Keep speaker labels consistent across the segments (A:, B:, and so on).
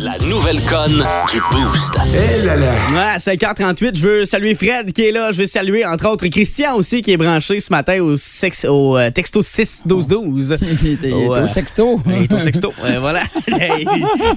A: La nouvelle conne du Boost.
B: Ouais, à 5h38, je veux saluer Fred qui est là. Je veux saluer, entre autres, Christian aussi qui est branché ce matin au, sex- au euh, texto 6-12-12.
C: Il était- il
B: Au,
C: était
B: euh,
C: au sexto.
B: il est au sexto. Ouais, voilà. il,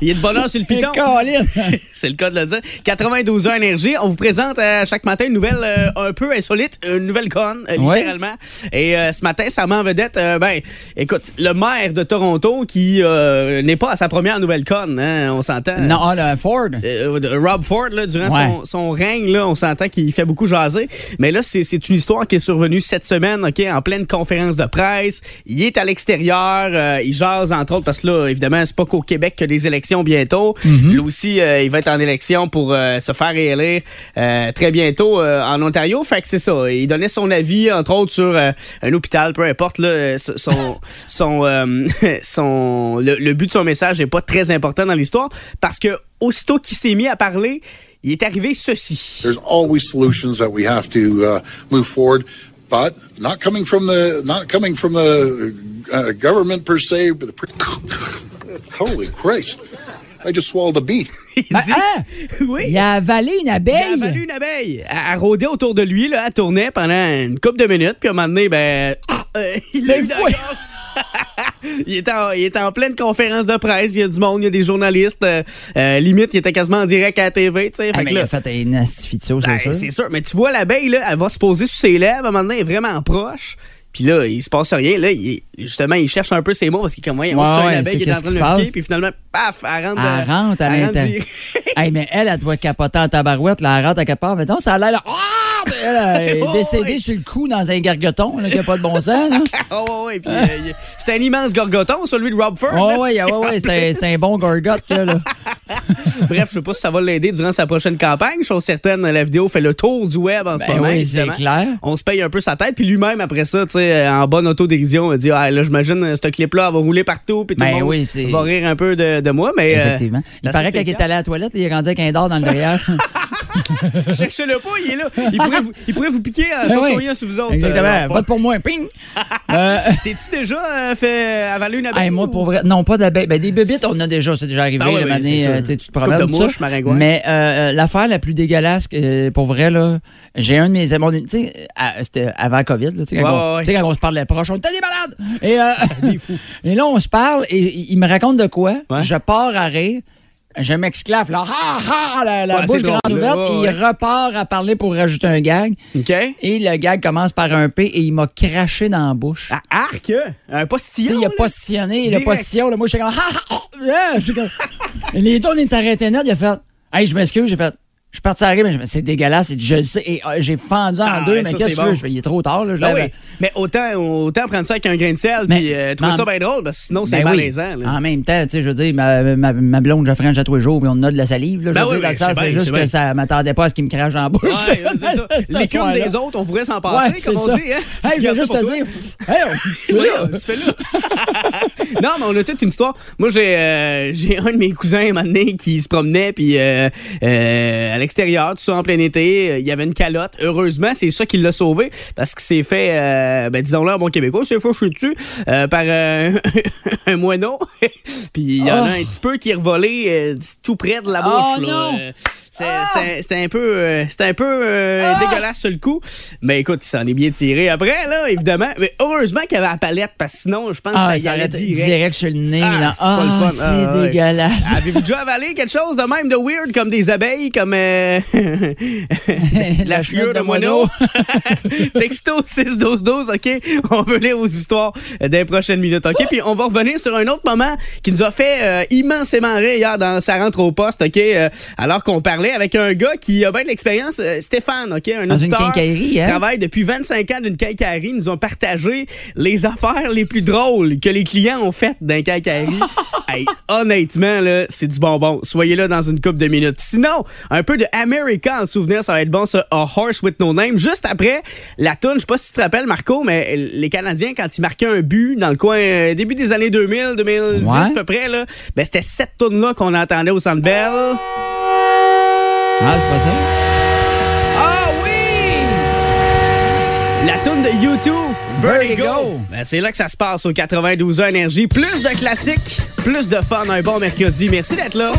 B: il est de bonheur sur le piton.
C: Colin.
B: C'est le cas de le dire. 92 heures énergie. On vous présente euh, chaque matin une nouvelle euh, un peu insolite, une nouvelle conne, euh,
C: Ouais.
B: littéralement. Et euh, ce matin, ça m'en vedette. euh, ben, écoute, le maire de Toronto qui euh, n'est pas à sa première nouvelle conne, hein, on s'entend.
C: Non, ah, le Ford.
B: Euh, euh, Rob Ford, là, durant
C: Ouais.
B: son, son règne, là, on s'entend qu'il fait beaucoup jaser. Mais là, c'est c'est une histoire qui est survenue cette semaine, OK, en pleine conférence de presse. Il est à l'extérieur, euh, il jase, entre autres, parce que là, évidemment, c'est pas qu'au Québec que les élections bientôt. Lui aussi, euh, il va être en élection pour euh, se faire réélire euh, très bientôt euh, en Ontario. Fait que c'est ça. Il donnait son avis, entre autres, sur euh, un hôpital, peu importe. Là, euh, son, son- son, euh, son- le, le but de son message n'est pas très important dans l'histoire parce que aussitôt qu'il s'est mis à parler, il est arrivé ceci.
C: Euh.
D: There's always solutions that we have to uh, move forward, but not coming from the not coming from the uh, government per se. But the pre- holy Christ! I just swallowed a bee.
B: Il
C: Ah,
B: dit-
C: ah!
B: oui.
C: Il a avalé une
B: Il a
C: abeille.
B: avalé une abeille. Elle, elle rôdait autour de lui, là, elle tournait pendant une couple de minutes, puis à un moment donné, ben, euh, il l'a eu dans la
C: fouet.
B: gorge. Il était, en, il était en pleine conférence de presse, il y a du monde, il y a des journalistes. euh, euh, limite, il était quasiment en direct à la TV, tu sais.
C: Ah,
B: Fait
C: mais
B: que
C: il
B: là,
C: a fait une astificio, c'est
B: ben,
C: sûr.
B: c'est sûr. Mais tu vois, l'abeille, là, elle va se poser sur ses lèvres. À un moment donné, elle est vraiment proche. Puis là, il se passe rien. Là, il- justement, il cherche un peu ses mots parce qu'il comme, ouais, on
C: Ouais,
B: se tue
C: ouais,
B: une
C: c'est
B: abeille qui est en
C: qu'est-ce
B: train
C: qui se
B: de me piquer.
C: passe.
B: Puis finalement, paf, elle rentre.
C: Elle
B: euh,
C: rentre à
B: elle rentre
C: l'intérieur.
B: direct.
C: Hey, mais elle, elle doit capoter en tabarouette. Là, elle rentre à quelque part. Mais non, ça a l'air. là, Ah! Mais Elle, elle
B: Oh,
C: est décédée
B: oui.
C: sur le cou dans un gargoton, là, qui n'a pas de bon sens. là.
B: Ah ouais, ouais, puis, euh, il- c'est un immense gorgoton, celui de Rob Ford.
C: Oh,
B: là.
C: ouais, ouais, ouais, c'est un- c'est un bon gorgote, là. là.
B: Bref, je sais pas si ça va l'aider durant sa prochaine campagne. Chose certaine, la vidéo fait le tour du web en ce
C: Ben
B: moment.
C: oui,
B: évidemment.
C: c'est clair.
B: On se paye un peu sa tête. Puis lui-même, après ça, tu sais, euh, en bonne autodérision, il dit Ah, là, j'imagine, euh, ce clip-là, elle va rouler partout. Puis tout le
C: Ben
B: monde
C: oui, c'est-
B: va rire un peu de, de moi. Mais, euh,
C: Effectivement. Il
B: la
C: paraît que
B: scène
C: quand il est
B: spéciale-
C: allé à la toilette, il est rendu avec un dard dans le derrière.
B: Cherchez-le pas, il est là. Il pourrait vous, il pourrait vous piquer en
C: Ben
B: sur
C: oui.
B: son lien sous vous autres. euh,
C: Exactement.
B: Rob
C: Vote
B: Ford.
C: pour moi. Ping! Euh,
B: T'es-tu déjà euh, fait avaler une abeille?
C: Hey, moi,
B: ou-
C: pour vrai, non, pas d'abeille. Ben, des bébites, on en a déjà, c'est déjà arrivé.
B: ben, Ah ouais,
C: là,
B: ouais,
C: mané,
B: c'est
C: euh,
B: sûr.
C: tu sais, tu te
B: Coupe
C: promènes
B: de
C: tout ça.
B: mouches, maringouin.
C: Mais euh, l'affaire la plus dégueulasse, euh, pour vrai, là, j'ai un de mes mon- tu sais, à- C'était avant la COVID, là, tu sais, quand,
B: Ouais,
C: on-
B: ouais, ouais.
C: tu sais, quand on se parlait proche, on était des malades! Et, euh, et là, on se parle et il il me raconte de quoi.
B: Ouais.
C: Je pars à rire. Je m'exclave, là, ah, ah, la, la
B: Ouais, c'est
C: bouche
B: drôle,
C: grande
B: là.
C: ouverte.
B: Ouais,
C: Il repart à parler pour rajouter un gag.
B: OK.
C: Et le gag commence par un P et il m'a craché dans la bouche.
B: Ah, arc, euh, un
C: Tu
B: postillon.
C: sais, il a
B: là.
C: postillonné, il a
B: Direct.
C: postillon. Là, moi, j'étais comme, ah, ah, oh, ah, j'étais comme- Et Les deux, on est arrêtés net. Il a fait, hey, je m'excuse, j'ai fait, je suis parti à rire, mais je- c'est dégueulasse. Et je le sais, et ah, j'ai fendu en
B: Ah,
C: deux,
B: ouais,
C: mais
B: ça,
C: qu'est-ce
B: c'est
C: que tu veux?
B: bon.
C: Je fais, il est trop tard, là, je
B: Ben
C: l'avais.
B: oui. Mais autant, autant prendre ça avec un grain de sel
C: Mais-
B: puis euh, trouver
C: mais en-
B: ça bien drôle parce que sinon c'est
C: Ben oui.
B: malaisant. là.
C: En même temps, tu sais, je veux dire, ma, ma- ma blonde, je frange à tous les jours, puis on en a de la salive. Là, je
B: Ben
C: veux
B: oui,
C: dire, dans
B: oui,
C: le sens,
B: c'est
C: c'est
B: bien,
C: juste
B: c'est
C: que
B: bien.
C: ça m'attendait pas à ce qu'il me crache dans la bouche.
B: Ouais, c'est ça.
C: Cette
B: L'écume
C: soirée-là.
B: des autres, on pourrait s'en passer,
C: Ouais,
B: comme
C: c'est
B: on
C: ça.
B: dit. Hein?
C: Hey,
B: Tu
C: je veux
B: gardes ça
C: juste
B: pour
C: te
B: toi.
C: dire, hey, on- je suis
B: Oui,
C: là.
B: on se fait là. non, mais on a toute une histoire. Moi, j'ai euh, j'ai un de mes cousins, un moment donné, qui se promenait, puis euh, euh, à l'extérieur, tout ça, en plein été, euh, il y avait une calotte. Heureusement, c'est ça qui l'a sauvé, parce qu'il s'est fait, euh, ben, disons-le, un bon Québécois, c'est faux, je suis dessus, euh, par euh, un moineau. puis il y en a un petit peu qui est revolé euh, tout près de la bouche.
C: Oh,
B: là.
C: non!
B: Euh, c'est- C'était c'était un peu, euh, c'était un peu euh, dégueulasse sur le coup. Mais écoute, il s'en est bien tiré après, là, évidemment. Mais heureusement qu'il avait la palette, parce que sinon, je pense
C: Ah,
B: que
C: ça
B: ça y allait
C: arrête
B: direct.
C: direct sur le nez.
B: Ah,
C: là.
B: c'est pas le
C: Ah,
B: fun.
C: c'est
B: Ah, ouais.
C: dégueulasse.
B: Avez-vous déjà avalé quelque chose de même de weird, comme des abeilles, comme euh, de la
C: La
B: fiure
C: chenette de
B: de moineau? Texto 6-12-12, OK? On veut lire aux histoires des prochaines minutes, OK? Puis on va revenir sur un autre moment qui nous a fait euh, immensément rire hier dans sa rentre au poste, OK? Euh, alors qu'on parlait parlais avec un gars qui a bien de l'expérience, euh, Stéphane, OK? Un
C: Dans une
B: auditeur
C: quincaillerie, hein?
B: qui travaille depuis 25 ans d'une quincaillerie. Ils nous ont partagé les affaires les plus drôles que les clients ont faites d'un quincaillerie. Hey, honnêtement, là, c'est du bonbon. Soyez là dans une coupe de minutes. Sinon, un peu de America en souvenir, ça va être bon, ce A Horse With No Name. Juste après la toune, je sais pas si tu te rappelles, Marco, mais les Canadiens, quand ils marquaient un but dans le coin euh, début des années 2000, 2010
C: Ouais.
B: à peu près, là, ben, c'était cette toune-là qu'on entendait au Centre Bell.
C: Ah, c'est pas ça?
B: Ah oui! La toune de YouTube, Vertigo.
C: Vertigo.
B: Ben, c'est là que ça se passe au 92 heures énergie. Plus de classiques, plus de fun, un bon mercredi. Merci d'être là.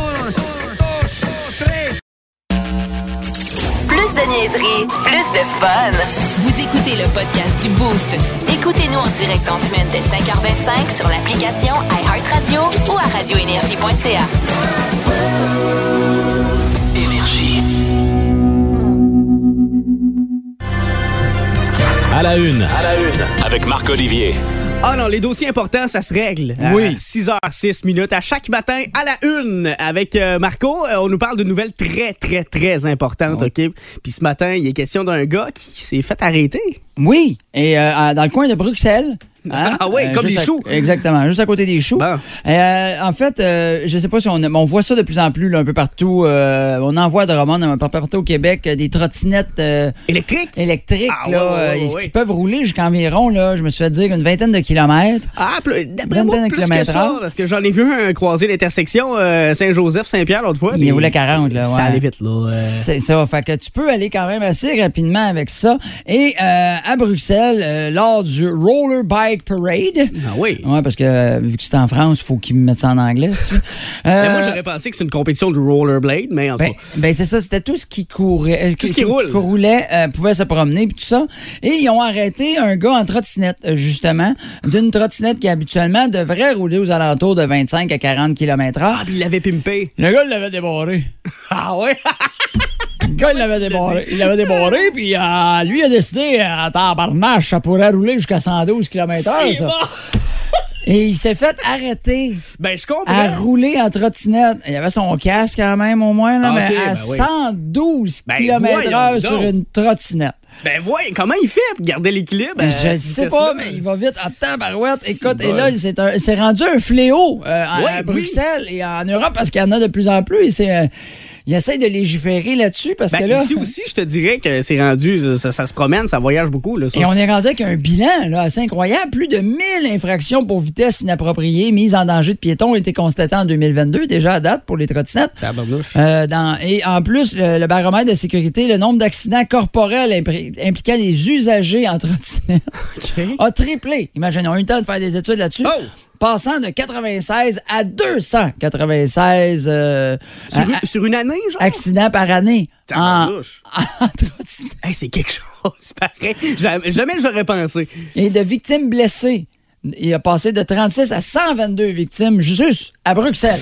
E: Plus de niaiserie, plus de fun. Vous écoutez le podcast du Boost. Écoutez-nous en direct en semaine dès 5h25 sur l'application iHeartRadio ou à radioénergie.ca.
A: À la une. À la une. Avec Marc Olivier.
B: Ah non, les dossiers importants, ça se règle.
C: Oui.
B: 6h06 minutes à chaque matin à la une avec euh, Marco. Euh, on nous parle de nouvelles très, très, très importantes, OK? Puis ce matin, il est question d'un gars qui s'est fait arrêter.
C: Oui, et euh, à- dans le coin de Bruxelles. hein? Euh,
B: Ah oui, comme
C: juste
B: les
C: à-
B: choux.
C: Exactement, juste à côté des choux.
B: Bon.
C: Euh, en fait, euh, je sais pas si on, mais on voit ça de plus en plus là, un peu partout. euh, on en voit de Roman, un peu partout au Québec, euh, des trottinettes euh,
B: Électrique?
C: électriques
B: Ah,
C: là,
B: ouais, ouais, ouais,
C: euh,
B: ouais.
C: qui peuvent rouler jusqu'à environ, là, je me suis fait dire, une vingtaine de kilomètres.
B: Ah, pl- d'après
C: Vingtaine
B: moi,
C: de
B: plus que
C: kilomètres
B: ça,
C: heure.
B: parce que j'en ai vu un croiser l'intersection euh, Saint-Joseph-Saint-Pierre l'autre fois.
C: Il
B: puis
C: roulait 40, là,
B: Ça
C: ouais.
B: allait vite, là. euh.
C: C'est ça. Fait que tu peux aller quand même assez rapidement avec ça. Et euh, à Bruxelles, euh, lors du Roller Bike Parade.
B: Ah oui.
C: Ouais, parce que euh, vu que c'est en France, il faut qu'ils me mettent ça en anglais. si tu veux. Euh,
B: Mais moi, j'aurais pensé que c'est une compétition de rollerblade, mais en tout
C: ben,
B: cas.
C: ben, c'est ça, c'était tout ce qui courait. euh,
B: Tout ce qui roule.
C: roulait, euh, pouvait se promener, puis tout ça. Et ils ont arrêté un gars en trottinette, euh, justement, d'une trottinette qui habituellement devrait rouler aux alentours de 25 à 40 km
B: Ah,
C: h
B: puis il l'avait pimpé.
C: Le gars l'avait débarré.
B: Ah ouais?
C: Le gars l'avait débarré. Il l'avait débarré, puis euh, lui a décidé, euh, tabarnache, ça pourrait rouler jusqu'à 112 km
B: C'est
C: h ça. Et il s'est fait arrêter.
B: Ben, je
C: à
B: comprends.
C: rouler en trottinette. Il avait son casque quand même, au moins, là,
B: Ah,
C: mais
B: ok,
C: à
B: ben oui.
C: 112
B: Ben, voyons
C: km/h sur
B: donc.
C: une trottinette.
B: Ben, ouais, comment il fait pour garder l'équilibre? euh, à
C: je
B: cette
C: sais pas,
B: vitesse-là?
C: mais il va vite en tabarouette.
B: C'est
C: Écoute, et
B: bon.
C: là, c'est un- c'est rendu un fléau euh, à-
B: Ouais,
C: à
B: oui.
C: Bruxelles et en Europe parce qu'il y en a de plus en plus. Et c'est, euh, il essaie de légiférer là-dessus parce
B: Ben,
C: que là.
B: ici aussi, je te dirais que c'est rendu, ça, ça- ça se promène, ça voyage beaucoup. Là, ça.
C: Et on est rendu avec un bilan là, assez incroyable. Plus de 1000 infractions pour vitesse inappropriée, mise en danger de piétons ont été constatées en 2022, déjà à date pour les trottinettes.
B: Tabarnouche.
C: Euh, dans- et en plus, le, le baromètre de sécurité, le nombre d'accidents corporels impri- impliquant les usagers en trottinette
B: OK.
C: a triplé. Imagine, on a eu le temps de faire des études là-dessus.
B: Oh!
C: Passant de 96 à 296 euh,
B: Sur,
C: à-
B: une- sur une année, genre?
C: à- accidents par année en,
B: Tabarnouche.
C: en trottinette
B: Hey, c'est quelque chose, pareil. Jamais, jamais j'aurais pensé.
C: et de victimes blessées. Il a passé de 36 à 122 victimes juste à Bruxelles.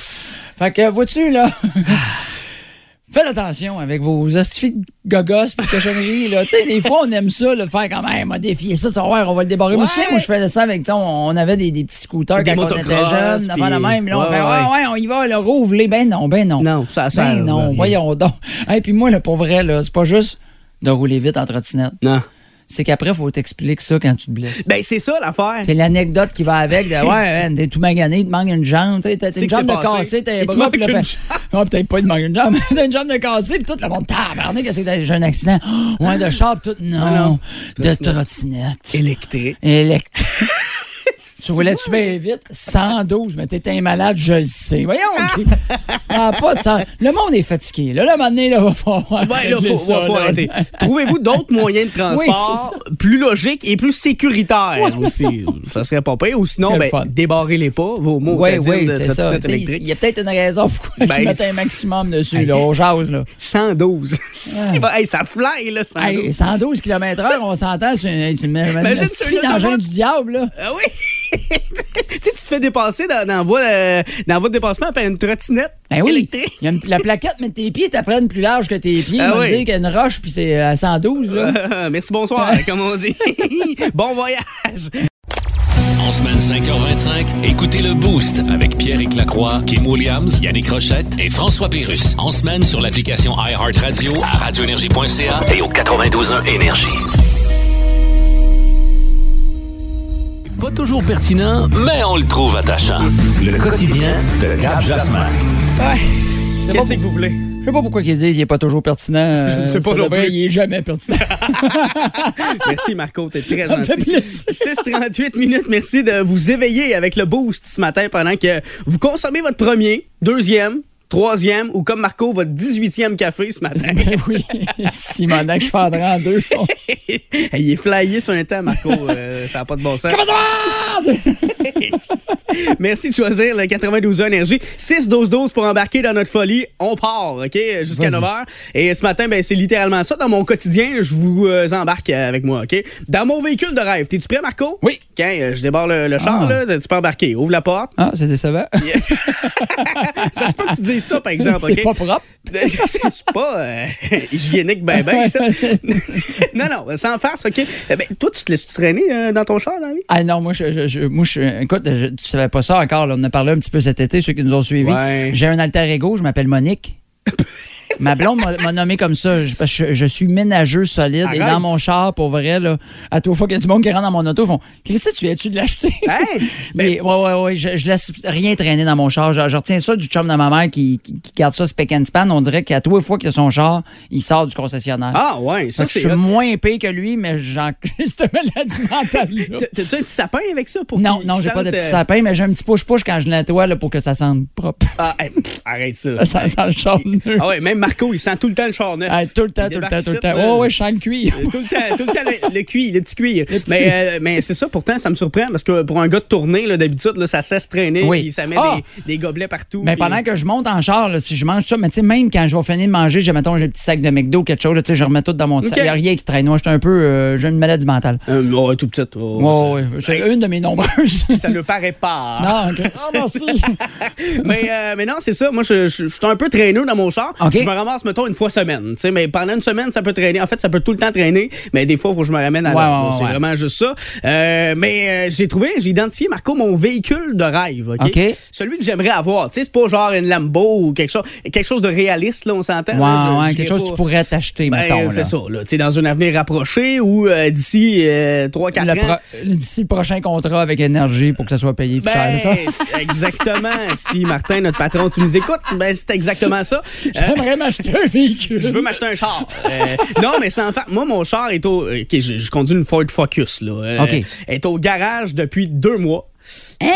C: Fait que, vois-tu, là... Faites attention avec vos astuces de gogos pis de cochonneries. Là. Tu sais, des fois, on aime ça, le faire quand même. On va défier ça, ça va, on va le débarrer. Moi,
B: Ouais.
C: je sais, moi, je faisais ça avec, tu sais, on on avait des, des petits scooters
B: Des
C: quand on était
B: motocross,
C: jeunes. avant la
B: puis-
C: même, là, on
B: Ouais,
C: fait, ah, ouais, on y va, le rouvre-les. Ben non, ben non.
B: Non, ça sert
C: Ben
B: à
C: non,
B: rien.
C: voyons donc. Et puis moi, là, pour vrai, là, c'est pas juste de rouler vite en trottinette.
B: Non.
C: C'est qu'après, faut t'expliquer ça quand tu te blesses.
B: Ben, c'est ça l'affaire.
C: C'est l'anecdote qui va avec. De, ouais, ouais, t'es tout magané, il te manque une jambe. tu sais, T'as t'as
B: C'est
C: une
B: que
C: jambe
B: c'est
C: de
B: passé.
C: cassée, t'as
B: Il
C: les
B: te
C: bras.
B: manque
C: puis là,
B: une
C: fait- Ah, peut-être pas, il te manque une jambe. t'as une jambe de cassée, puis tout le monde, tabarnak, qu'est-ce que t'as- j'ai un accident. Ouais, de char, puis tout. Non,
B: non.
C: de trottinette.
B: Électrique.
C: Électrique. tu voulais-tu bien vite? 112, mais t'étais un malade, je le sais. Voyons, ok. Ah, pas de sens. Le monde est fatigué. Là, le moment donné, là, va falloir.
B: Ouais, là,
C: régler
B: faut,
C: ça,
B: faut- faut
C: là.
B: arrêter. Trouvez-vous d'autres moyens de transport plus logiques et plus sécuritaires aussi. Ça serait pas pire. Ou sinon,
C: C'est
B: ben,
C: le fun.
B: débarrez-les pas, vos mots.
C: Oui,
B: c'est-à-dire
C: oui,
B: de
C: c'est ça.
B: trottinette
C: Tu sais, Il
B: électrique.
C: y a peut-être une raison pourquoi
B: Ben,
C: je mettais
B: c'est-
C: un maximum dessus. Là, on jase, là.
B: 112. Si, ben, hey, ça fly, là, 112.
C: Hey, 112 km/h, on s'entend sur une, sur une,
B: Imagine
C: une
B: sur une
C: fille d'engin
B: autoroute.
C: du diable. Là.
B: Ah oui! tu sais, tu te fais dépasser dans, dans, la voie, euh, dans la voie de dépassement par une trottinette
C: Ben oui,
B: électrique.
C: il y a une- la plaquette, mais tes pieds t'apprennent plus large que tes pieds.
B: Ah
C: on va
B: oui.
C: dire qu'il y a une roche, puis c'est à 112. Là.
B: Merci, bonsoir, comme on dit. bon voyage!
A: En semaine 5h25, écoutez le Boost avec pierre Lacroix, Kim Williams, Yannick Rochette et François Pérus. En semaine sur l'application iHeartRadio à radioénergie.ca et au 92.1 Énergie. Pas toujours pertinent, mais on le trouve attachant. Le quotidien de Gab Jasmin.
C: C'est
B: Qu'est-ce
C: pas-
B: que vous voulez?
C: Je sais pas pourquoi qu'ils disent il est pas toujours pertinent. euh,
B: Je ne sais pas
C: ça
B: non
C: devrait-
B: plus.
C: Il est jamais pertinent.
B: Merci Marco, t'es très
C: Ça me fait
B: gentil.
C: plaisir.
B: 638 minutes, merci de vous éveiller avec le boost ce matin pendant que vous consommez votre premier, deuxième, troisième ou comme Marco, votre 18e café ce matin.
C: ben oui. si maintenant que je fendrais en deux. on-
B: Hey, Il est flyé sur un temps, Marco, euh, ça n'a pas de bon sens.
C: Comment ça va?
B: Merci de choisir le 92 Énergie. 6-12-12 pour embarquer dans notre folie. On part, OK? Jusqu'à
C: Vas-y.
B: 9h. Et ce matin, ben, c'est littéralement ça. Dans mon quotidien, je vous euh, embarque avec moi, OK? Dans mon véhicule de rêve. T'es-tu prêt, Marco?
C: Oui.
B: OK, euh, je débarre le, le char,
C: Ah.
B: là, tu peux embarquer. Ouvre la porte.
C: Ah, c'est décevant.
B: ça se peut que tu dises ça, par exemple,
C: C'est
B: OK?
C: pas propre.
B: C'est pas euh, hygiénique ben ben, ça. non, non, sans farce, OK? Eh ben, toi, tu te laisses traîner euh, dans ton char, dans la vie?
C: Ah non, moi, je, je- je- moi, je- écoute, je- tu savais pas ça encore. là. On en a parlé un petit peu cet été, ceux qui nous ont suivis.
B: Ouais.
C: J'ai un alter ego, je m'appelle Monique. Ma blonde m'a m'a nommé comme ça. Je, parce que je- je suis ménageux solide et
B: Arrête.
C: dans mon char, pour vrai, là, à toute fois qu'il y a du monde qui rentre dans mon auto, ils font Christy, tu viens-tu de l'acheter?
B: Hey! Ben,
C: Il est- ouais, ouais, ouais, je, je laisse rien traîner dans mon char. Je, je retiens ça du chum de ma mère qui, qui, qui garde ça speck and span. On dirait qu'à trois fois qu'il a son char, il sort du concessionnaire.
B: Ah, ouais, ça,
C: Fait que je
B: c'est.
C: suis
B: hot.
C: moins épais que lui, mais j'en- j'ai cette maladie mentale-là.
B: T'as- T'as-tu un petit sapin avec ça pour
C: Non,
B: qu'il
C: non, j'ai
B: sente,
C: pas de
B: euh,
C: petit sapin, mais j'ai un petit push-push quand je nettoie là, pour que ça sente propre.
B: Ah, hey, pff, arrête ça.
C: Ça sent le char neuf.
B: Ah ouais, même Marco, il sent tout le temps le char neuf.
C: Hey, tout le temps,
B: Il
C: tout le temps,
B: débarque
C: tout le
B: ici,
C: temps.
B: là.
C: Oh, ouais, je sens le cuir.
B: Euh, Tout le temps, tout le temps le, le cuir, le petit cuir.
C: petit
B: mais
C: cuir.
B: euh, mais c'est ça, pourtant, ça me surprend parce que pour un gars de tournée, là, d'habitude, là, ça cesse traîner,
C: Oui.
B: puis ça met
C: Ah!
B: des, des gobelets partout.
C: Mais
B: puis- euh,
C: pendant que je monte en char, là, si je mange ça, mais tu sais, même quand je vais finir de manger, j'ai, mettons, j'ai un petit sac de McDo, quelque chose, là, tu sais, je remets tout dans mon petit
B: Ok.
C: sac. Il n'y a rien qui traîne. Moi, j'étais un peu. euh, j'ai une maladie mentale.
B: Euh, ouais, tout petit. oh,
C: Ouais,
B: ça-
C: ouais, C'est une de mes nombreuses.
B: Ça ne paraît pas.
C: non, ok. Ah, merci.
B: mais, euh, mais non, c'est ça. Moi, je, je- je suis un peu traîneux dans mon char.
C: OK.
B: Je me ramasse, mettons, une fois semaine. Tu sais, mais pendant une semaine, ça peut traîner. En fait, ça peut tout le temps traîner. Mais des fois, il faut que je me ramène à
C: Ouais,
B: l'ordre.
C: ouais, ouais,
B: C'est
C: ouais.
B: vraiment juste ça. Euh, mais euh, j'ai trouvé, j'ai identifié, Marco, mon véhicule de rêve. OK?
C: OK.
B: Celui que j'aimerais avoir. Tu sais, c'est pas genre une Lambo ou quelque chose, quelque chose de réaliste, là, on s'entend.
C: Ouais,
B: là, je-
C: ouais,
B: je
C: quelque
B: dirais
C: chose que
B: pas-
C: tu pourrais t'acheter,
B: Ben,
C: mettons. là.
B: c'est ça, là. Tu sais, dans un avenir rapproché ou euh, d'ici euh, 3-4
C: Le
B: ans.
C: pro- D'ici le prochain contrat avec énergie pour que ça soit payé plus
B: Ben,
C: cher, ça.
B: c'est exactement. si Martin, notre patron, tu nous écoutes, ben c'est exactement ça. Euh,
C: J'aimerais m'acheter un véhicule.
B: je veux m'acheter un char. Euh, non, mais sans faire. Moi, mon char est au. euh, OK, je, je conduis une Ford Focus, là. Euh,
C: OK. Hein?
B: Est au garage depuis deux mois.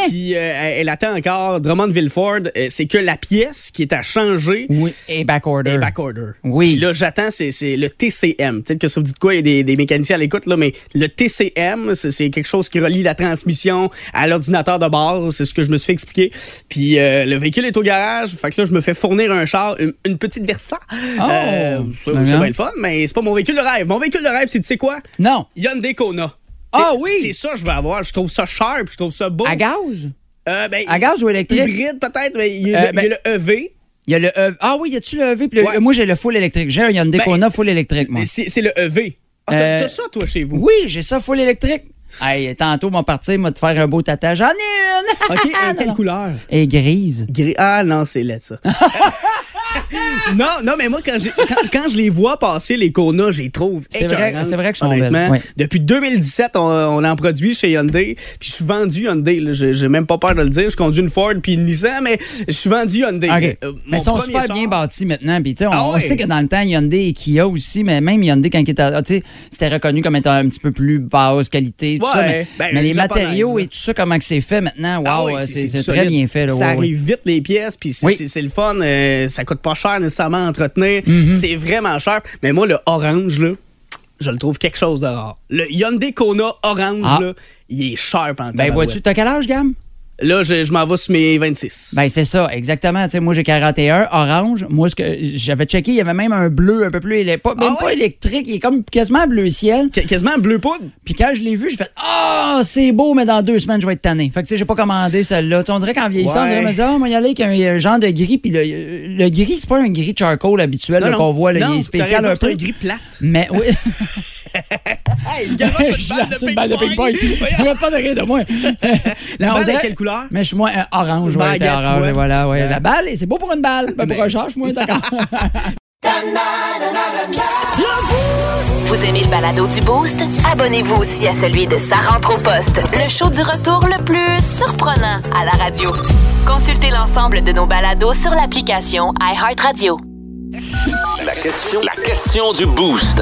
B: Puis euh, elle- elle attend encore Drummondville Ford. Euh, c'est que la pièce qui est à changer.
C: Oui, et backorder.
B: est backorder.
C: Oui.
B: Puis là, j'attends, c'est c'est le TCM. Peut-être que ça vous dit de quoi, il y a des, des mécaniciens à l'écoute, là, mais le TCM, c'est- c'est quelque chose qui relie la transmission à l'ordinateur de bord. C'est ce que je me suis fait expliquer. Puis euh, le véhicule est au garage. Fait que là, je me fais fournir un char, une, une petite Versa.
C: Oh!
B: Euh, ça,
C: Ben
B: c'est
C: bien.
B: bien le fun, mais c'est pas mon véhicule de rêve. Mon véhicule de rêve, c'est, tu sais quoi?
C: Non,
B: Hyundai Kona.
C: Ah
B: C'est-
C: oui!
B: C'est ça que je veux avoir. Je trouve ça sharp, je trouve ça beau.
C: à gaz.
B: Euh, ben,
C: à gaz ou électrique?
B: Hybride peut-être, mais il y a,
C: Euh,
B: le- il y a
C: ben-
B: le E EV.
C: Il y a le E- Ah oui, y a-tu le EV? Puis le-
B: Ouais.
C: Moi, j'ai le full électrique. J'ai un Hyundai
B: Ben,
C: Kona full électrique, moi.
B: Mais C'est c'est le EV. Ah, t'as
C: Euh,
B: t'as ça, toi, chez vous?
C: Oui, j'ai ça full électrique. Hey, tantôt, mon parti m'a te faire un beau tata. J'en ai une!
B: OK, euh,
C: Non,
B: quelle
C: non.
B: couleur?
C: Et grise.
B: Gris. Ah non, c'est laid, ça. non, non, mais moi, quand, j'ai- quand, quand je les vois passer, les Kona, je les trouve
C: C'est vrai-
B: écœurantes,
C: c'est vrai que sont
B: honnêtement.
C: belles, ouais.
B: Depuis 2017, on, on en produit chez Hyundai. Puis je suis vendu Hyundai. là. J'ai j'ai même pas peur de le dire. Je conduis une Ford puis une Nissan, mais je suis vendu Hyundai.
C: OK.
B: Euh, mon
C: mais ils sont
B: premier
C: super
B: char-
C: bien bâtis maintenant. Puis, tu sais, on,
B: Ah
C: on
B: ouais.
C: sait que dans le temps, Hyundai et Kia aussi, mais même Hyundai, quand il était, ah, tu sais, c'était reconnu comme étant un petit peu plus basse qualité, tout
B: Ouais,
C: ça. Mais,
B: ben,
C: mais les
B: japonaise,
C: matériaux
B: là.
C: et tout ça, comment que c'est fait maintenant, wow, euh,
B: Ah oui,
C: c'est
B: du
C: c'est très
B: solide.
C: bien fait. là,
B: ça
C: ouais, ouais.
B: arrive vite, les pièces, puis c'est
C: Oui.
B: c'est- c'est le fun. euh, ça coûte pas cher nécessairement à entretenir.
C: Mm-hmm.
B: C'est vraiment cher. Mais moi, le orange, là, je le trouve quelque chose de rare. Le Hyundai Kona orange,
C: Ah.
B: là, il est sharp en
C: Ben,
B: tabarouette.
C: vois-tu, t'as quel âge, Gam?
B: Là, je, je m'en vais sur mes 26.
C: Ben c'est ça, exactement. Tu sais, moi j'ai 41, orange. Moi ce que j'avais checké, il y avait même un bleu un peu plus, élé- pas, même
B: Ah
C: pas
B: ouais?
C: électrique, il est comme quasiment bleu ciel.
B: Qu- quasiment bleu poudre.
C: Puis quand je l'ai vu, j'ai fait ah c'est beau, mais dans deux semaines je vais être tanné. Fait que tu sais j'ai pas commandé celle-là. Tu sais, on dirait qu'en vieillissant,
B: Ouais.
C: on dirait mais ça, moi y aller avec un euh, genre de gris. Puis le, le gris c'est pas un gris charcoal habituel là, qu'on voit là, il
B: non,
C: est
B: t'as
C: spécial
B: raison,
C: un
B: c'est
C: peu.
B: un gris plate.
C: Mais oui.
B: Hey, le garoche a
C: Je
B: une balle
C: lance
B: de
C: une balle de
B: ping-pong.
C: ping-pong.
B: Voyons.
C: Arrête pas de rire de moi.
B: La
C: Non, on
B: balle est
C: dirait-
B: quelle couleur?
C: Mais je suis moins euh, orange.
B: Ben,
C: ouais, t'es
B: regarde, tu
C: orange,
B: vois.
C: voilà, ouais.
B: Ben.
C: La balle, et c'est beau pour une balle. Ben, pour
B: Mais-
C: un charge, moi, d'accord.
E: Vous aimez le balado du Boost? Abonnez-vous aussi à celui de Sa rentre au poste, le show du retour le plus surprenant à la radio. Consultez l'ensemble de nos balados sur l'application iHeartRadio.
A: La question, la question du boost.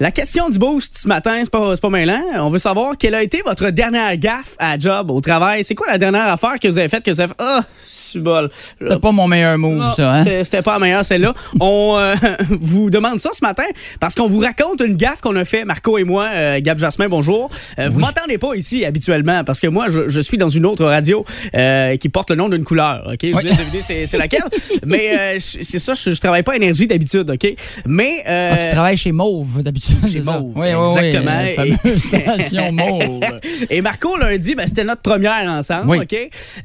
B: La question du boost ce matin, c'est pas, c'est pas mêlant. On veut savoir quelle a été votre dernière gaffe à job, au travail. C'est quoi la dernière affaire que vous avez faite que vous avez fait? Ah, c'est bol.
C: C'est pas mon meilleur move,
B: Non,
C: ça, hein?
B: c'était- C'était pas la meilleure, celle-là. On euh, vous demande ça ce matin parce qu'on vous raconte une gaffe qu'on a fait, Marco et moi. Euh, Gab Jasmin, bonjour. Euh, Vous m'entendez pas ici habituellement parce que moi, je, je suis dans une autre radio euh, qui porte le nom d'une couleur. OK? Je vous laisse deviner c'est c'est laquelle. Mais euh, je- c'est ça, je, je travaille pas à énergie d'habitude. OK? Mais. euh,
C: Ah, tu travailles chez Mauve, d'habitude.
B: chez
C: c'est ça?
B: Mauve.
C: Oui, oui, oui,
B: Exactement.
C: la fameuse station Mauve.
B: Et Marco, lundi, ben, c'était notre première ensemble,
C: Oui.
B: OK?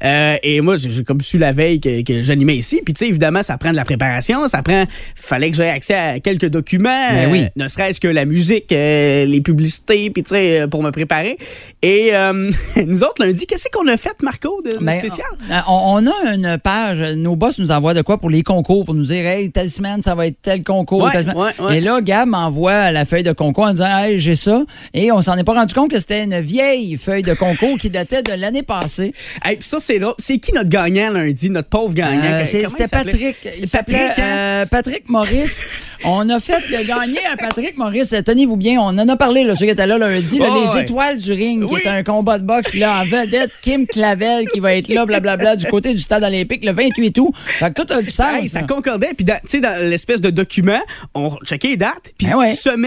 B: Euh, et moi, j'ai j'ai comme su la veille que, que j'animais ici. Puis, tu sais, évidemment, ça prend de la préparation. Ça prend... fallait que j'aie accès à quelques documents.
C: Ben oui.
B: ne serait-ce que la musique, euh, les publicités, puis, tu sais, euh, pour me préparer. Et euh, nous autres, lundi, qu'est-ce qu'on a fait, Marco, de, de
C: Ben,
B: spécial?
C: euh, On, on a une page, nos boss nous envoient de quoi pour les concours, pour nous dire, hey, telle semaine, ça va être tel concours.
B: Ouais,
C: telle semaine.
B: ouais, ouais.
C: Et là, Gab m'envoie la feuille de concours en disant, hey, j'ai ça. Et on s'en est pas rendu compte que c'était une vieille feuille de concours qui datait de l'année passée.
B: Hey, puis ça, c'est là. C'est qui notre gagnant lundi, notre pauvre gagnant?
C: Euh,
B: Comment
C: c'est-
B: il
C: C'était
B: s'appelait?
C: Patrick.
B: C'est
C: Il s'appelait,
B: Patrick, hein?
C: euh, Patrick Maurice. on a fait de gagner à Patrick Maurice. Euh, Tenez-vous bien, on en a parlé, là, ceux qui étaient là lundi, là,
B: Oh,
C: les
B: ouais.
C: étoiles du ring,
B: Oui.
C: qui est un combat de boxe. Puis là, en vedette, Kim Clavel qui va être là, blablabla, du côté du stade olympique le 28 août. Fait que tout a du sens.
B: Hey, ça
C: là.
B: concordait. Puis, dans- tu sais, dans l'espèce de document, on checkait les dates. Puis,
C: Ben ouais.
B: semaine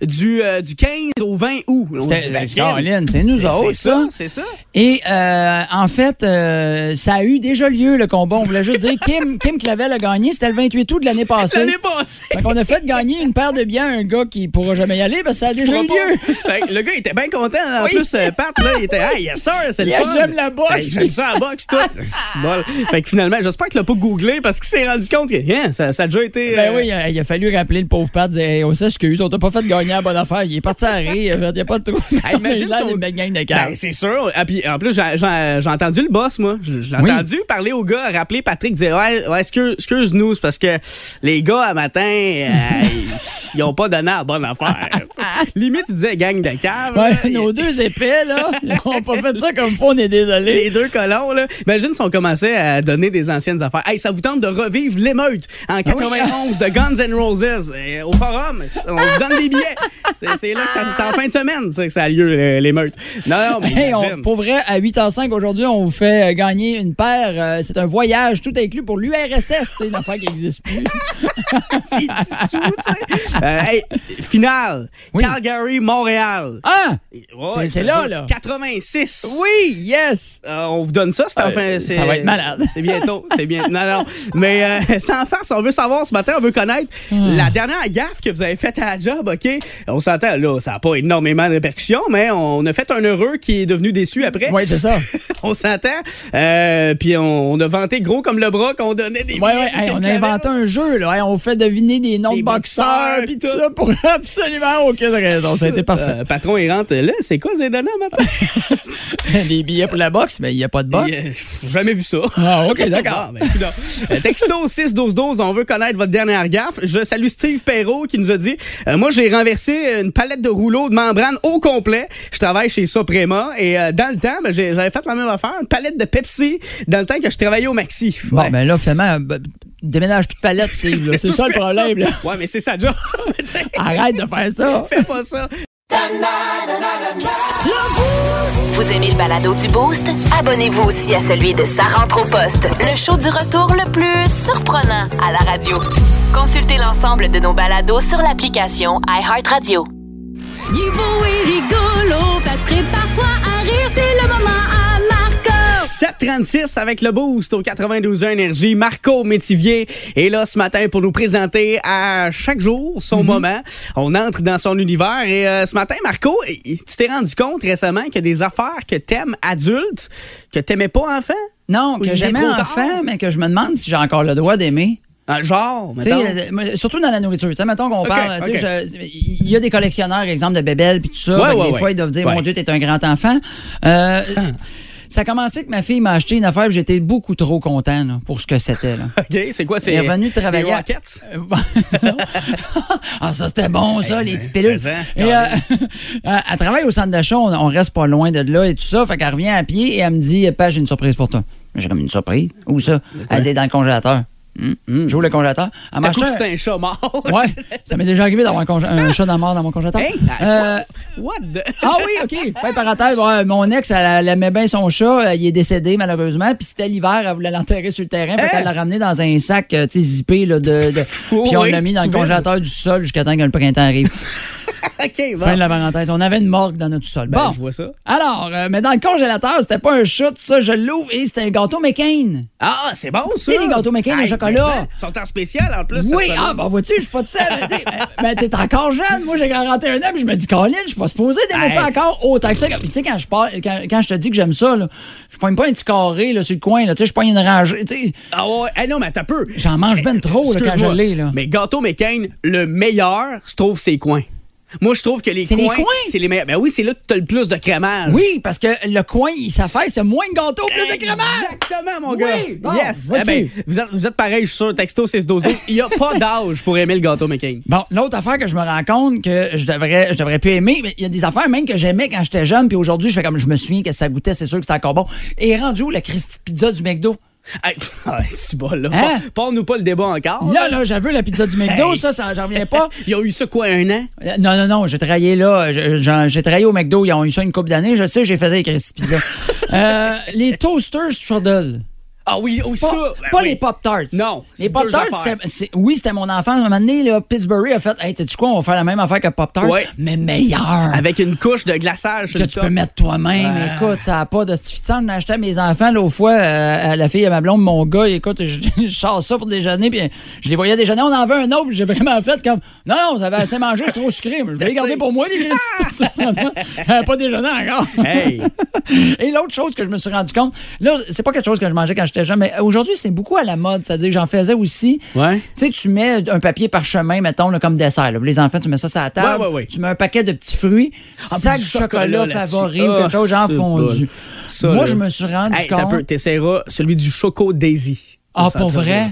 B: du, euh, du 15 au 20 août. On
C: C'était-
B: dit,
C: ben,
B: crème.
C: Caroline, c'est nous autres, ça.
B: C'est ça.
C: Et euh, en fait, euh, ça a eu déjà lieu le combat. On voulait juste dire Kim, Kim Clavel a gagné. C'était le 28 août de l'année passée.
B: L'année passée.
C: Fait qu'on a fait gagner une paire de billets à un gars qui pourra jamais y aller parce que ça a déjà eu
B: Pourquoi pas?
C: lieu.
B: Fait que Ben, le gars il était bien content. En plus, euh, Pat, là, il était Hey, yes, sir, c'est le
C: Yes,
B: fun.
C: j'aime la boxe.
B: Hey, j'aime ça la boxe, tout. C'est bol. Fait que finalement, j'espère qu'il l'a pas googlé parce qu'il s'est rendu compte que hein, ça, ça a déjà été.
C: Ben
B: euh,
C: oui, il a, il a fallu rappeler le pauvre Pat. dire, Hey, on s'excuse, on t'a pas fait gagner la bonne affaire. Il est parti à rire. Il a fait, y a pas de trou.
B: Hey, imagine
C: Il a l'air
B: son-
C: d'une belle gang de
B: Ben,
C: cartes.
B: c'est sûr. Ah, puis, en plus, j'ai- j'ai j'ai entendu le boss, moi. Je, je l'ai
C: Oui.
B: entendu parler au gars, rappeler Patrick, dire Ouais, ouais, excuse- excuse-nous, c'est parce que les gars, à matin, euh, ils- ils ont pas donné la bonne affaire. Limite, il disait gang de cave.
C: Ouais,
B: là.
C: nos deux épais, là, ils ont pas fait ça comme faut, on est
B: Les
C: désolés.
B: deux colons, là. Imagine si on commençait à donner des anciennes affaires. Hey, ça vous tente de revivre l'émeute
C: Ah
B: en 91 de Guns N' Roses euh, au forum. On vous donne des billets. C'est c'est là que ça. C'est en fin de semaine, ça, que ça a lieu, euh, l'émeute. Non, non, mais.
C: Hey, on-
B: imagine.
C: pour vrai, à 8h05 aujourd'hui, on vous fait euh, gagner une paire. euh, c'est un voyage tout inclus pour l'URSS. C'est une affaire qui n'existe plus.
B: petit dissous, tu sais. Euh, hey, finale.
C: Oui.
B: Calgary, Montréal.
C: Ah!
B: Ouais,
C: c'est- c'est là, là.
B: 86.
C: Oui, yes!
B: Euh, on vous donne ça, c'est
C: Euh,
B: enfin.
C: ça
B: c'est-
C: va être malade.
B: C'est bientôt, c'est bien. Non, non. Mais euh, sans farce, on veut savoir ce matin, on veut connaître
C: Hmm.
B: la dernière gaffe que vous avez faite à la job, OK? On s'entend, là, ça n'a pas énormément de répercussions, mais on a fait un heureux qui est devenu déçu après.
C: Oui, c'est ça.
B: on s'entend. Euh, puis on, on a vanté gros comme le bras qu'on donnait des.
C: Ouais,
B: billets
C: ouais,
B: à
C: hey, on a
B: quelqu'un.
C: inventé un jeu, là. Hey, on fait deviner des noms
B: Des
C: de boxeurs,
B: boxeurs,
C: puis
B: tout.
C: tout ça, pour absolument aucune raison. Ça a été parfait. Ah,
B: Euh, patron, il rentre. Là, c'est quoi, Zedana, maintenant?
C: des billets pour la boxe, mais il n'y a pas de boxe.
B: Euh, Jamais vu ça.
C: Ah, OK, d'accord.
B: Bon, ben, écoute donc. Euh, Texto 6-12-12, on veut connaître votre dernière gaffe. Je salue Steve Perrault qui nous a dit euh, Moi, j'ai renversé une palette de rouleaux de membrane au complet. Je travaille chez Soprema et euh, dans le temps, ben, j'ai- j'avais fait la même affaire, une palette de Pepsi dans le temps que je travaillais au Maxi.
C: Bon,
B: Ouais.
C: ben là, finalement, ben, déménage plus de palette, Steve. là. C'est
B: Tout
C: ça le
B: fait
C: problème. là.
B: Ouais, mais c'est ça, job. Tu sais,
C: Arrête de faire ça.
B: Fais pas ça.
E: Vous aimez le balado du Boost? Abonnez-vous aussi à celui de Sa rentre au poste, le show du retour le plus surprenant à la radio. Consultez l'ensemble de nos balados sur l'application iHeartRadio.
F: Niveau et rigolo, fait que prépare-toi à rire, c'est le moment à Marco.
B: 736 avec le boost au 92 Énergie. Marco Métivier est là ce matin pour nous présenter à chaque jour son
C: Mm-hmm.
B: moment. On entre dans son univers et euh, ce matin, Marco, eh, tu t'es rendu compte récemment qu'il y a des affaires que t'aimes adulte, que t'aimais pas enfant?
C: Non,
B: Ou il
C: que
B: est
C: j'aimais
B: trop tard.
C: enfant, mais que je me demande si j'ai encore le droit d'aimer.
B: Ah, genre,
C: Tu sais,
B: mettons.
C: euh, moi, surtout dans la nourriture. Tu sais, mettons qu'on
B: Ok,
C: parle. tu sais,
B: ok.
C: je- Il y a des collectionneurs, exemple, de bébelles puis tout ça.
B: Ouais,
C: Fait que
B: ouais,
C: des
B: ouais.
C: fois, ils doivent dire
B: Ouais. Hein.
C: Mon Dieu, t'es un grand enfant. Euh, ça a commencé que ma fille m'a acheté une affaire, puis j'étais beaucoup trop content là, pour ce que c'était. là.
B: OK, c'est quoi? C'est
C: est euh, revenu
B: des
C: travailler à-
B: Rockets?
C: Euh, bon, non. ah, ça, c'était bon, ça, les petites pilules.
B: mais, hein,
C: Et, euh, euh, elle travaille au centre d'achat, on, on reste pas loin de là et tout ça. Fait qu'elle revient à pied et elle me dit Pas, j'ai une surprise pour toi. J'ai comme une surprise. Où ça Elle dit dans le congélateur. Hum, J'ouvre le congélateur. Elle m'a
B: Hmm. T'as cru
C: acheté
B: que
C: un-
B: c'était un chat mort?
C: Ouais, ça m'est déjà arrivé d'avoir un, congé- un chat de mort dans mon congélateur.
B: Hey, ben,
C: Euh,
B: what the...
C: ah oui, OK. Fait parenthèse, ouais, mon ex, elle, elle aimait bien son chat. euh, Il est décédé, malheureusement. Puis c'était l'hiver, elle voulait l'enterrer sur le terrain. Fait qu'elle l'a ramené dans un sac, euh, tu sais, zippé, là, de. de-
B: Oh
C: puis on
B: Hein? oui,
C: l'a mis dans le
B: souvent.
C: congélateur du sol jusqu'à temps que le printemps arrive.
B: OK, bon.
C: ah. Fin de la parenthèse. On avait une morgue dans notre sol.
B: Ben,
C: bon.
B: je vois ça.
C: Alors, euh, mais dans le congélateur, c'était pas un chat, tout ça. Je l'ouvre et c'était un gâteau McCain.
B: Ah, c'est bon, ça!
C: sais, les gâteaux McCain au
B: Hey,
C: chocolat.
B: mais ça, Ils sont en spécial, en plus.
C: Oui,
B: cette
C: ah,
B: semaine.
C: ben vois-tu, je suis pas tout seul. Mais, t'sais, ben, t'es encore jeune. Moi, j'ai 41 ans, puis je me dis, Colin, je suis pas supposé d'aimer ça
B: Hey.
C: encore autant que ça. Puis, tu sais, quand je parle, quand, quand je te dis que j'aime ça, là, je pogne pas un petit carré là, sur le coin, là, tu sais, je pogne une rangée. tu sais.
B: Ah ouais, hey, non, mais t'as peu.
C: J'en mange ben trop, là, quand
B: Excuse-moi,
C: je l'ai, là.
B: Mais gâteau McCain, le meilleur se trouve ses coins. Moi, je trouve que les
C: C'est les
B: coins,
C: coins?
B: c'est les meilleurs. Ben oui, c'est là que t'as le plus de crémage.
C: Oui, parce que le coin, il s'affaire, c'est moins de gâteau, plus de crémage.
B: Exactement, mon
C: Oui,
B: gars.
C: bon,
B: yes.
C: vas-tu?
B: Eh ben, vous, êtes, vous êtes pareil, je suis sûr. Texto 6 12 Il n'y a pas d'âge pour aimer le gâteau McCain.
C: Bon, l'autre affaire que je me rends compte que je devrais, je devrais plus aimer, mais il y a des affaires même que j'aimais quand j'étais jeune, puis aujourd'hui, je fais comme je me souviens que ça goûtait, c'est sûr que c'était encore bon. Et rendu où la Christie Pizza du McDo?
B: Hey, pff, ouais, c'est bon, là.
C: Hein?
B: Pas- Parle-nous pas le débat encore.
C: Là, là, j'avais la pizza du McDo,
B: Hey.
C: ça, ça, j'en reviens pas.
B: Ils ont eu ça, quoi, un an?
C: Euh, Non, non, non, j'ai travaillé là. Je- j'en- J'ai travaillé au McDo, ils ont eu ça une couple d'années. Je sais, j'ai fait des Christie Pizza. Euh, les Toasters Strudel.
B: Ah oui, oh,
C: Pas,
B: ça. Ben
C: pas
B: oui.
C: les Pop-Tarts.
B: Non,
C: Les
B: c'est
C: Pop-Tarts,
B: deux affaires.
C: c'est- c'est- oui, c'était mon enfant. À un moment donné, là, Pittsburgh a fait Hey, tu quoi, on va faire la même affaire que Pop-Tarts,
B: Ouais.
C: mais meilleur.
B: Avec une couche de glaçage sur
C: que
B: le
C: tu
B: top.
C: peux mettre toi-même. Écoute, ça n'a pas de stifiant. On achetait à mes enfants, là, au foie, euh, à la fille à ma blonde, mon gars, écoute, je, je sors ça pour déjeuner, puis je les voyais déjeuner, on en veut un autre, puis j'ai vraiment fait comme, non, non, vous avez assez mangé, c'est trop sucré, mais je vais les garder pour moi, les Christy. J'avais pas déjeuné encore.
B: Hey.
C: Et l'autre chose que je me suis rendu compte, là, c'est pas quelque chose que je mangeais quand j'étais jeune, mais aujourd'hui, c'est beaucoup à la mode. C'est-à-dire, que j'en faisais aussi.
B: Ouais.
C: Tu sais, tu mets un papier parchemin, mettons, là, comme dessert. là. Pour Les enfants, tu mets ça sur la table.
B: Ouais, ouais, ouais.
C: Tu mets un paquet de petits fruits,
B: Ah,
C: sac
B: puis
C: de
B: du
C: chocolat,
B: là-dessus.
C: favori ou
B: Ah,
C: quelque chose, genre
B: c'est
C: fondu.
B: bon. Ça,
C: Moi,
B: là.
C: je me suis rendu
B: Hey, t'as
C: compte.
B: peu, t'essaieras celui du Choco Daisy.
C: Ah,
B: Au centre-ville.
C: pour vrai?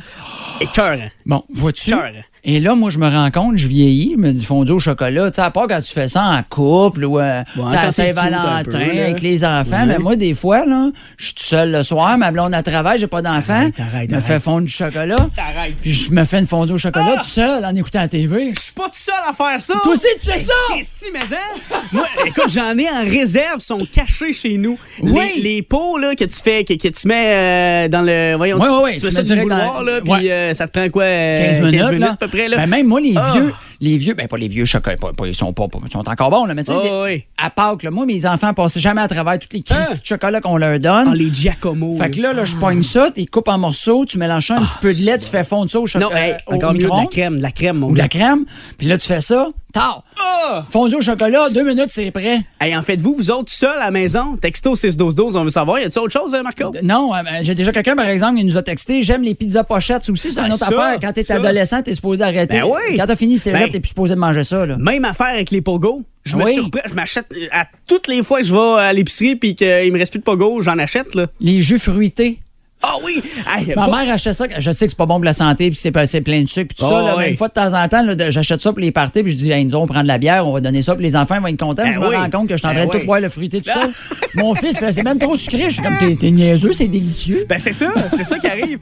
B: Écœurant.
C: Bon, vois-tu?
B: Cœur.
C: Et là, moi, je me rends compte, je vieillis, me dis fondu au chocolat. Tu sais, à part quand tu fais ça en couple ou euh, tu sais,
B: quand
C: à
B: c'est cute un
C: Saint-Valentin
B: peu, là.
C: avec les enfants. Mais moi, des fois, là, je suis tout seul le soir, ma blonde à travail, j'ai pas d'enfant.
B: Arrête, arrête,
C: Je me
B: arrête.
C: fais fondre du chocolat.
B: Arrête.
C: Puis je me fais une fondue au chocolat
B: Ah!
C: tout seul en écoutant la TV.
B: Je suis pas tout seul à faire ça.
C: Toi aussi, tu fais ça?
B: Christy, mais hein? Moi, écoute, j'en ai en réserve, sont cachés chez nous.
C: Oui.
B: Les, les pots là, que tu fais, que, que tu mets euh, dans le. Voyons,
C: Ouais,
B: tu,
C: ouais, ouais,
B: tu
C: tu mets
B: mets ça dans le
C: direct dans-
B: bouloir, là,
C: Ouais.
B: puis euh, ça te prend quoi? euh,
C: 15 minutes, là.
B: à peu près. Là.
C: Ben, même moi, les
B: Ah.
C: vieux, les vieux, ben pas les vieux chocolats, pas- pas- ils, sont pas, pas- ils sont encore bons, là, mais tu sais,
B: Ah,
C: des-
B: oui.
C: à Pâques, là, moi, mes enfants passaient jamais à travers toutes les crises
B: Ah.
C: de chocolat qu'on leur donne.
B: Ah, les Giacomo. Ah,
C: Fait que là, là je pogne ça, tu coupes en morceaux, tu mélanges ça un petit peu de lait, tu fais fondre ça au chocolat.
B: Non, hey,
C: euh, au
B: encore mieux, de la
C: micro-ondes
B: crème, de la crème, mon
C: Ou de
B: gars.
C: la crème, puis là, tu fais ça, tard.
B: Ah!
C: Fondu au chocolat, deux minutes, c'est prêt.
B: Hey, en fait, vous, vous autres, seuls à la maison, texto 61212, on veut savoir, y a-t-il autre chose, hein, Marco?
C: Non, euh, j'ai déjà quelqu'un, par exemple, qui nous a texté J'aime les pizzas pochettes. C'est aussi c'est une
B: Ben,
C: autre
B: ça,
C: affaire. Quand t'es
B: ça.
C: adolescent, t'es supposé arrêter.
B: Ben oui.
C: Quand t'as fini cégep,
B: Ben.
C: t'es plus supposé de manger ça. Là.
B: Même affaire avec les pogos. Je me
C: Ah Oui.
B: surprends, je m'achète euh, à toutes les fois que je vais à l'épicerie puis qu'il me reste plus de pogos, j'en achète là.
C: Les jus fruités.
B: Ah oui, Hey,
C: Ma
B: pas-
C: mère achetait ça. Je sais que c'est pas bon pour la santé, puis c'est pas- c'est plein de sucre, puis tout ça.
B: Oh,
C: là, mais
B: oui.
C: Une fois de temps en temps, là, de- j'achète ça pour les parties, puis je dis, hey, nous, on prend de la bière, on va donner ça, puis les enfants ils vont être contents.
B: Ben
C: je me
B: oui.
C: rends compte que je suis en train
B: Ben
C: de tout
B: oui.
C: boire le fruité tout seul. Mon fils, fait, c'est même trop sucré. Je suis comme, t'es- t'es niaiseux, c'est délicieux.
B: Ben c'est ça, c'est ça qui arrive.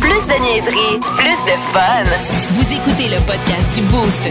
E: Plus de niaiserie, plus de fun.
F: Vous écoutez le podcast du Boost.